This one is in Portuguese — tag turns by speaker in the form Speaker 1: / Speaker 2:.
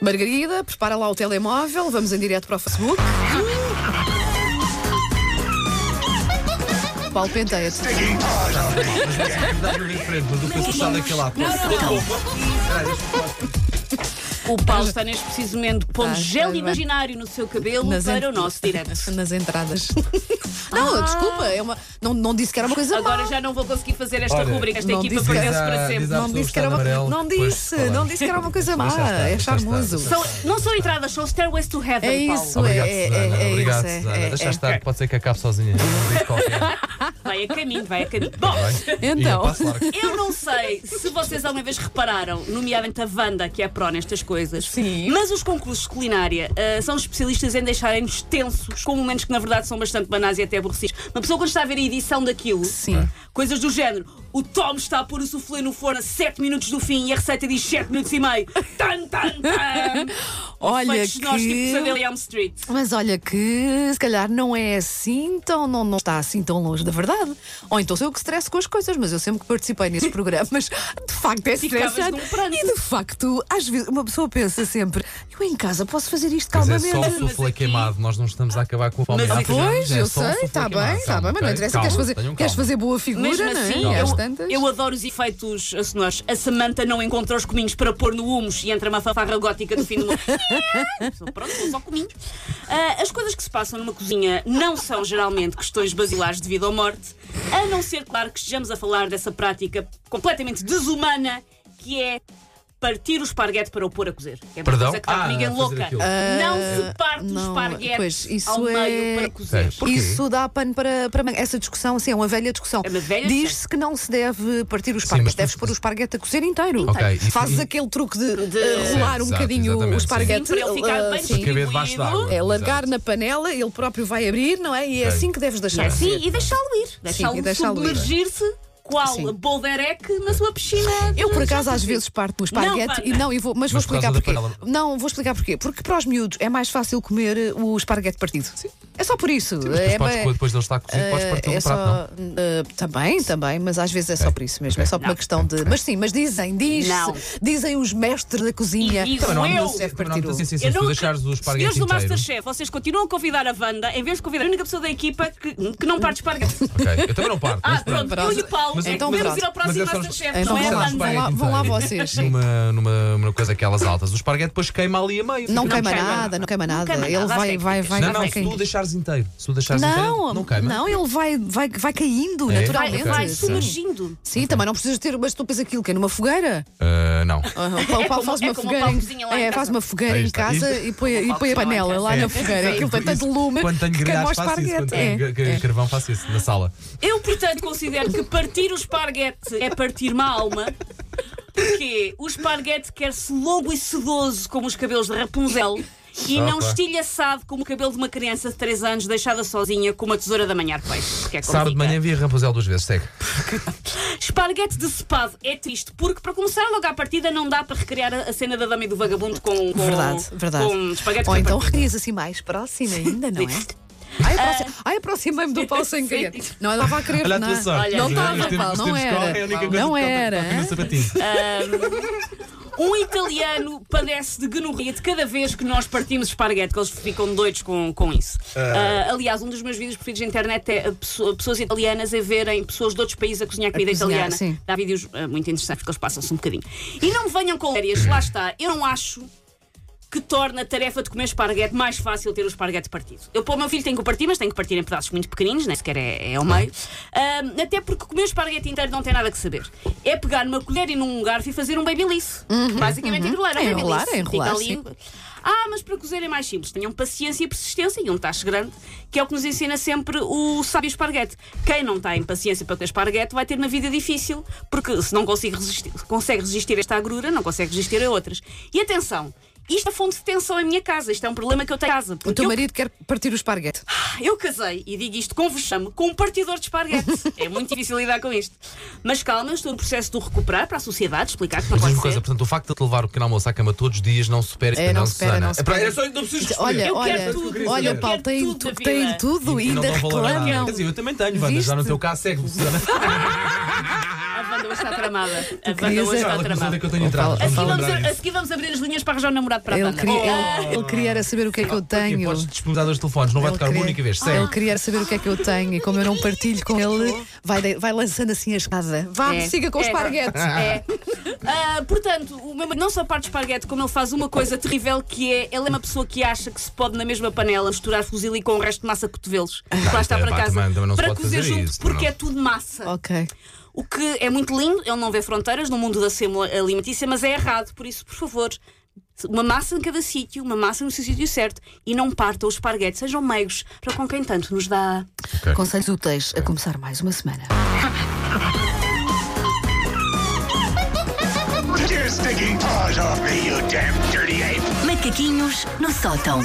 Speaker 1: Margarida, prepara lá o telemóvel, vamos em direto para o Facebook. Paulo Penteia-te.
Speaker 2: Dá-me diferente, mas o que eu sou daquele lá.
Speaker 3: O Paulo está neste preciso momento pondo
Speaker 1: Ah, está
Speaker 3: gel
Speaker 1: bem.
Speaker 3: imaginário no seu cabelo
Speaker 1: Nas
Speaker 3: para
Speaker 1: en-
Speaker 3: o nosso direto. Ah.
Speaker 1: Nas entradas. Não, desculpa, é uma- não, não disse que era uma coisa
Speaker 3: Agora
Speaker 1: má.
Speaker 3: já não vou conseguir fazer esta
Speaker 2: Olha,
Speaker 3: rubrica, esta
Speaker 1: não
Speaker 3: equipa
Speaker 1: disse-
Speaker 2: Diz
Speaker 3: perdeu-se para
Speaker 2: a-
Speaker 3: sempre.
Speaker 2: diz a-
Speaker 1: Não
Speaker 2: pessoa
Speaker 1: disse que era
Speaker 2: está
Speaker 1: uma,
Speaker 2: de amarelo,
Speaker 1: não
Speaker 2: depois
Speaker 1: disse,
Speaker 2: falamos.
Speaker 1: não disse que era uma coisa má.
Speaker 2: Deixa estar,
Speaker 1: É
Speaker 2: deixa
Speaker 1: charmoso.
Speaker 2: estar,
Speaker 3: São- não são entradas, são stairways to heaven,
Speaker 1: É
Speaker 3: Paulo.
Speaker 1: isso.
Speaker 2: Obrigado,
Speaker 1: é- é-
Speaker 2: Susana.
Speaker 1: é
Speaker 2: Obrigado,
Speaker 1: isso, é-
Speaker 2: Susana.
Speaker 1: é-
Speaker 2: Deixa
Speaker 1: é.
Speaker 2: estar, pode ser que acabe sozinha. Diz qualquer.
Speaker 3: Vai a caminho, vai a caminho. Bom,
Speaker 2: E eu
Speaker 1: Então,
Speaker 2: passo largo.
Speaker 3: eu não sei se vocês alguma vez repararam, nomeadamente a Wanda, que é pró nestas coisas,
Speaker 1: Sim.
Speaker 3: mas os concursos de culinária ah, são especialistas em deixarem-nos tensos, com momentos que na verdade são bastante banais e até aborrecidos. Uma pessoa quando está a ver a edição daquilo,
Speaker 1: Sim.
Speaker 3: coisas do género, o Tom está a pôr o soufflé no forno a 7 minutos do fim e a receita diz 7 minutos e meio. Tan, tan, tan!
Speaker 1: olha
Speaker 3: Feitos de nós, tipo pesadelo
Speaker 1: que.
Speaker 3: em Elm Street.
Speaker 1: Mas olha que se calhar não é assim tão, não, não está assim tão longe da verdade. Ou então sou eu que stresso com as coisas, mas eu sempre que participei nesses programas, de facto é
Speaker 3: Ficavas
Speaker 1: estressante.
Speaker 3: num pranto.
Speaker 1: E de facto, às vezes, uma pessoa pensa sempre, eu em casa posso fazer isto
Speaker 2: Mas é
Speaker 1: calmamente.
Speaker 2: só o
Speaker 3: Mas
Speaker 2: soufflé
Speaker 3: aqui-
Speaker 2: queimado, nós não estamos a acabar com a fome.
Speaker 3: Mas
Speaker 2: Ah,
Speaker 3: aqui-
Speaker 1: Pois,
Speaker 2: é
Speaker 1: eu
Speaker 2: só o
Speaker 1: sei,
Speaker 2: soufflé
Speaker 1: está
Speaker 2: queimado.
Speaker 1: bem, está
Speaker 2: Calma,
Speaker 1: bem, mas não
Speaker 2: ok?
Speaker 1: interessa,
Speaker 2: Calma,
Speaker 1: queres fazer,
Speaker 2: tenham
Speaker 1: queres
Speaker 2: calma.
Speaker 1: fazer boa figura,
Speaker 3: Mesmo
Speaker 1: não é?
Speaker 3: assim,
Speaker 1: Às
Speaker 3: eu,
Speaker 1: tantas.
Speaker 3: eu adoro os efeitos uh, sonoros. A Samanta não encontra os cominhos para pôr no humus e entra uma fanfarra gótica do fim do mundo. Pronto, são só cominhos. Ah, as coisas que se passam numa cozinha não são geralmente questões basilares de vida ou morte, a não ser, claro, que estejamos a falar dessa prática completamente desumana que é partir o esparguete para o pôr a cozer. É uma
Speaker 2: Perdão?
Speaker 3: coisa que
Speaker 2: Ah,
Speaker 3: está comigo é
Speaker 2: fazer
Speaker 3: louca.
Speaker 2: aquilo.
Speaker 3: não se parte o
Speaker 1: Ah, não,
Speaker 3: esparguete
Speaker 1: pois, isso
Speaker 3: ao
Speaker 1: é-
Speaker 3: meio para cozer.
Speaker 2: Porquê?
Speaker 1: Isso dá pano para, para manga. Essa discussão, assim, é uma velha discussão.
Speaker 3: É uma velha
Speaker 1: Diz-se que não se deve partir o
Speaker 2: mas
Speaker 1: esparguete,
Speaker 2: tu-
Speaker 1: deves pôr o esparguete a cozer inteiro.
Speaker 2: Ok, e-
Speaker 1: Fazes
Speaker 2: e-
Speaker 1: aquele truque de,
Speaker 3: De-
Speaker 1: eh, rolar um
Speaker 2: Exato,
Speaker 1: bocadinho o
Speaker 2: exatamente,
Speaker 1: esparguete.
Speaker 3: Sim, para ele ficar
Speaker 1: eh,
Speaker 3: bem
Speaker 1: sim.
Speaker 2: Caber debaixo d'água.
Speaker 1: É largar
Speaker 2: Exato.
Speaker 1: na panela, ele próprio vai abrir, não é? E é
Speaker 2: Ok.
Speaker 1: assim que deves deixar.
Speaker 3: Sim, e deixá-lo ir. Deixá-lo
Speaker 1: e deixá-lo ir.
Speaker 3: submergir-se qual
Speaker 1: Sim.
Speaker 3: bolderec na sua piscina.
Speaker 1: Eu, por
Speaker 3: de-
Speaker 1: acaso, às vezes parto no esparguete
Speaker 3: Não,
Speaker 1: e não, e vou, mas, vou
Speaker 2: Mas por
Speaker 1: explicar
Speaker 2: causa da
Speaker 1: porquê.
Speaker 2: panela.
Speaker 1: Não, vou explicar porquê. Porque para os miúdos é mais fácil comer eh, o esparguete partido. É só por isso.
Speaker 2: Mas
Speaker 1: é,
Speaker 2: podes,
Speaker 1: bem-
Speaker 2: depois de ele estar cozido, podes
Speaker 1: Eh,
Speaker 2: partir
Speaker 1: é
Speaker 2: do prato, não?
Speaker 1: só, eh, Também, também, mas às vezes é só por isso mesmo. É só por uma
Speaker 3: Não.
Speaker 1: questão de. Mas sim, mas dizem, diz
Speaker 3: Não.
Speaker 1: dizem os mestres da cozinha.
Speaker 3: E digo
Speaker 1: que
Speaker 3: eu.
Speaker 1: não se deve
Speaker 2: Também
Speaker 1: partir
Speaker 2: não-
Speaker 1: o-
Speaker 2: sim, sim, sim,
Speaker 3: Eu
Speaker 2: se tu
Speaker 3: não-
Speaker 2: deixares o
Speaker 3: Senhores
Speaker 2: esparguete
Speaker 3: do
Speaker 2: inteiro.
Speaker 3: Masterchef, vocês continuam a convidar a Wanda, em vez de convidar a única pessoa da equipa que, que não parte esparguete.
Speaker 2: Ok, eu também não parto.
Speaker 3: Ah,
Speaker 2: mas
Speaker 3: pronto,
Speaker 1: pronto.
Speaker 3: eu e o Paulo,
Speaker 2: Mas
Speaker 3: é que
Speaker 1: então
Speaker 3: podemos
Speaker 1: pronto.
Speaker 3: ir ao
Speaker 2: Mas
Speaker 3: próximo
Speaker 2: eu só-
Speaker 3: Masterchef,
Speaker 1: Então
Speaker 3: não é
Speaker 1: vá
Speaker 3: a
Speaker 1: lá,
Speaker 2: Esparguete
Speaker 1: vão
Speaker 3: Wanda?
Speaker 1: lá, vão lá
Speaker 2: inteiro.
Speaker 1: vocês.
Speaker 2: Numa, numa, numa coisa aquelas altas. O esparguete depois queima ali a meio.
Speaker 1: Não,
Speaker 3: Não
Speaker 1: queima
Speaker 3: queima
Speaker 1: nada,
Speaker 3: nada.
Speaker 1: não queima nada.
Speaker 3: queima
Speaker 1: Ele
Speaker 3: nada,
Speaker 1: vai,
Speaker 3: às
Speaker 1: vai, vai,
Speaker 2: Não,
Speaker 1: vai,
Speaker 2: não, se
Speaker 1: cair.
Speaker 2: tu o deixares inteiro. Se tu o deixares inteiro,
Speaker 1: Não,
Speaker 2: não queima.
Speaker 1: não, ele vai, vai, vai caindo
Speaker 2: É?
Speaker 3: Vai,
Speaker 1: naturalmente.
Speaker 3: vai
Speaker 2: Sim.
Speaker 3: submergindo.
Speaker 1: Sim, também não precisas ter umas tupas aquilo, que é numa fogueira.
Speaker 2: Ah, não.
Speaker 1: Ah, O Paulo,
Speaker 3: É
Speaker 1: Paulo
Speaker 3: como-
Speaker 1: faz
Speaker 3: é
Speaker 1: uma
Speaker 3: como o
Speaker 1: fogueira.
Speaker 3: Paulo
Speaker 1: em-
Speaker 3: cozinha lá em
Speaker 1: é,
Speaker 3: casa.
Speaker 1: faz uma fogueira
Speaker 2: Aí
Speaker 1: em
Speaker 2: está.
Speaker 1: casa e põe, e
Speaker 3: Paulo
Speaker 1: põe a
Speaker 3: cozinha lá em
Speaker 1: panela lá
Speaker 3: casa.
Speaker 1: na fogueira. Aquilo tem tanto lume
Speaker 2: Quando tenho
Speaker 1: que queima o
Speaker 2: grelhados faço isso. Quando
Speaker 1: esparguete.
Speaker 2: tenho
Speaker 1: É.
Speaker 2: gra- gra- carvão faço isso, na sala.
Speaker 3: Eu, portanto, considero que partir o esparguete é partir uma alma. Porque o esparguete quer-se longo e sedoso, como os cabelos de Rapunzel, e
Speaker 2: Ah,
Speaker 3: não
Speaker 2: pá.
Speaker 3: estilhaçado como o cabelo de uma criança de 3 anos deixada sozinha com uma tesoura da manhã de peixe. Que é como
Speaker 2: Sábado de
Speaker 3: fica.
Speaker 2: manhã via Ramposel duas vezes, segue.
Speaker 3: Esparguete decepado é triste, porque para começar logo à partida não dá para recriar a a cena da dama e do vagabundo com, com,
Speaker 1: Verdade, verdade.
Speaker 3: com esparguete
Speaker 1: Ou
Speaker 3: com Ah.
Speaker 1: então
Speaker 3: partida.
Speaker 1: recrias assim mais próxima ainda, não é? Ai, aproxi- Ai, aproximei-me do Paulo sem querer. Não, ela vai querer.
Speaker 2: Olha a
Speaker 1: não.
Speaker 2: tua sorte.
Speaker 1: Não
Speaker 3: Olha,
Speaker 1: estava,
Speaker 3: os
Speaker 1: Paulo, não
Speaker 2: é
Speaker 1: era. Não era. hã?
Speaker 3: Um italiano padece de gonorreia de cada vez que nós partimos esparguete, que eles ficam doidos com, com isso. Ah, aliás, um dos meus vídeos preferidos na internet é a pesso- pessoas italianas a verem pessoas de outros países a cozinhar comida
Speaker 1: cozinhar,
Speaker 3: italiana.
Speaker 1: sim.
Speaker 3: Dá vídeos ah, muito interessantes porque eles passam-se um bocadinho. E não me venham com lérias, lá está. Eu não acho que torna a tarefa de comer esparguete mais fácil ter o esparguete partido. Eu para o meu filho tenho que o partir, mas tenho que partir em pedaços muito pequeninos, nem sequer é, é ao meio. Ahm, até porque comer o esparguete inteiro não tem nada que saber. É pegar numa colher e num garfo e fazer um babyliss. Basicamente enrolar. um
Speaker 1: Uhum. É enrolar,
Speaker 3: babyliss.
Speaker 1: é enrolar,
Speaker 3: Fica ali-
Speaker 1: sim.
Speaker 3: Ah, mas para cozer é mais simples. Tenham paciência e persistência e um tacho grande, que é o que nos ensina sempre o sábio esparguete. Quem não tem paciência para comer esparguete vai ter uma vida difícil, porque se não consegue resistir, consegue resistir a esta agrura, não consegue resistir a outras. E atenção, isto é fonte de tensão em minha casa. Isto é um problema que eu tenho em casa.
Speaker 1: O
Speaker 3: Porque
Speaker 1: teu
Speaker 3: eu,
Speaker 1: marido quer partir o esparguete.
Speaker 2: Ah,
Speaker 3: eu casei, e digo isto com vexame, com um partidor de esparguete. é muito difícil lidar com isto. Mas calma, eu estou no processo de o recuperar para a sociedade, explicar que não
Speaker 2: Mas
Speaker 3: pode
Speaker 2: diz-me uma
Speaker 3: ser.
Speaker 2: coisa, portanto, o facto de te levar o pequeno almoço à cama todos os dias não supera
Speaker 1: É, não supera,
Speaker 2: Susana.
Speaker 1: não supera.
Speaker 2: É para- é só- não preciso responder.
Speaker 1: Olha,
Speaker 3: Eu quero
Speaker 1: olha,
Speaker 3: tudo,
Speaker 1: olha,
Speaker 3: eu
Speaker 1: Paulo,
Speaker 3: quero
Speaker 1: tem,
Speaker 3: tudo
Speaker 1: tu,
Speaker 3: da
Speaker 1: tem
Speaker 3: vida.
Speaker 1: tudo e
Speaker 2: não
Speaker 1: ainda
Speaker 2: dão valor a nada.
Speaker 1: reclamam.
Speaker 2: Quer dizer, eu também tenho, Wanda,
Speaker 1: Viste?
Speaker 2: já no teu caso segue, Susana.
Speaker 3: A Wanda está tramada. A banda
Speaker 1: querias
Speaker 3: hoje
Speaker 1: é-
Speaker 3: está
Speaker 2: Ela começou a
Speaker 3: tramada.
Speaker 2: ver que eu tenho entrado.
Speaker 3: A seguir,
Speaker 1: Fala
Speaker 3: vamos, a seguir vamos abrir as linhas para arranjar um namorado para a
Speaker 1: Ele
Speaker 3: banda.
Speaker 1: queria,
Speaker 3: Oh,
Speaker 1: ele, ele queria era saber o que é que eu
Speaker 2: Aqui,
Speaker 1: tenho.
Speaker 2: podes disponibilizar dois telefones, não vai
Speaker 1: Ele
Speaker 2: tocar uma
Speaker 1: queria-
Speaker 2: única vez,
Speaker 1: Ele
Speaker 2: sério.
Speaker 1: queria saber o que é que eu tenho e como eu não partilho com ele, vai, de- vai lançando assim a escada. Vá,
Speaker 3: É.
Speaker 1: siga com o
Speaker 3: É.
Speaker 1: esparguete.
Speaker 2: Ah.
Speaker 3: É. Ah, portanto, o meu marido não só parte esparguete, como ele faz uma coisa terrível que é ele é uma pessoa que acha que se pode na mesma panela misturar fuzili com o resto de massa de cotovelos. que lá está
Speaker 2: espera, Ah,
Speaker 3: para
Speaker 2: é, pá,
Speaker 3: casa.
Speaker 2: também- também não se
Speaker 3: para
Speaker 2: pode
Speaker 3: cozer
Speaker 2: fazer
Speaker 3: junto,
Speaker 2: isso,
Speaker 3: porque
Speaker 2: não. Oh.
Speaker 3: é tudo massa.
Speaker 1: Ok.
Speaker 3: O que é muito lindo, ele não vê fronteiras no mundo da sêmola alimentícia, mas é errado, por isso, por favor, uma massa em cada sítio, uma massa no seu sítio certo e não partam os esparguetes, sejam meigos para com quem tanto nos dá.
Speaker 1: Conselhos úteis a começar mais uma semana.
Speaker 4: Take your stinking paws off me, you damn dirty ape!
Speaker 5: Macaquinhos no sótão.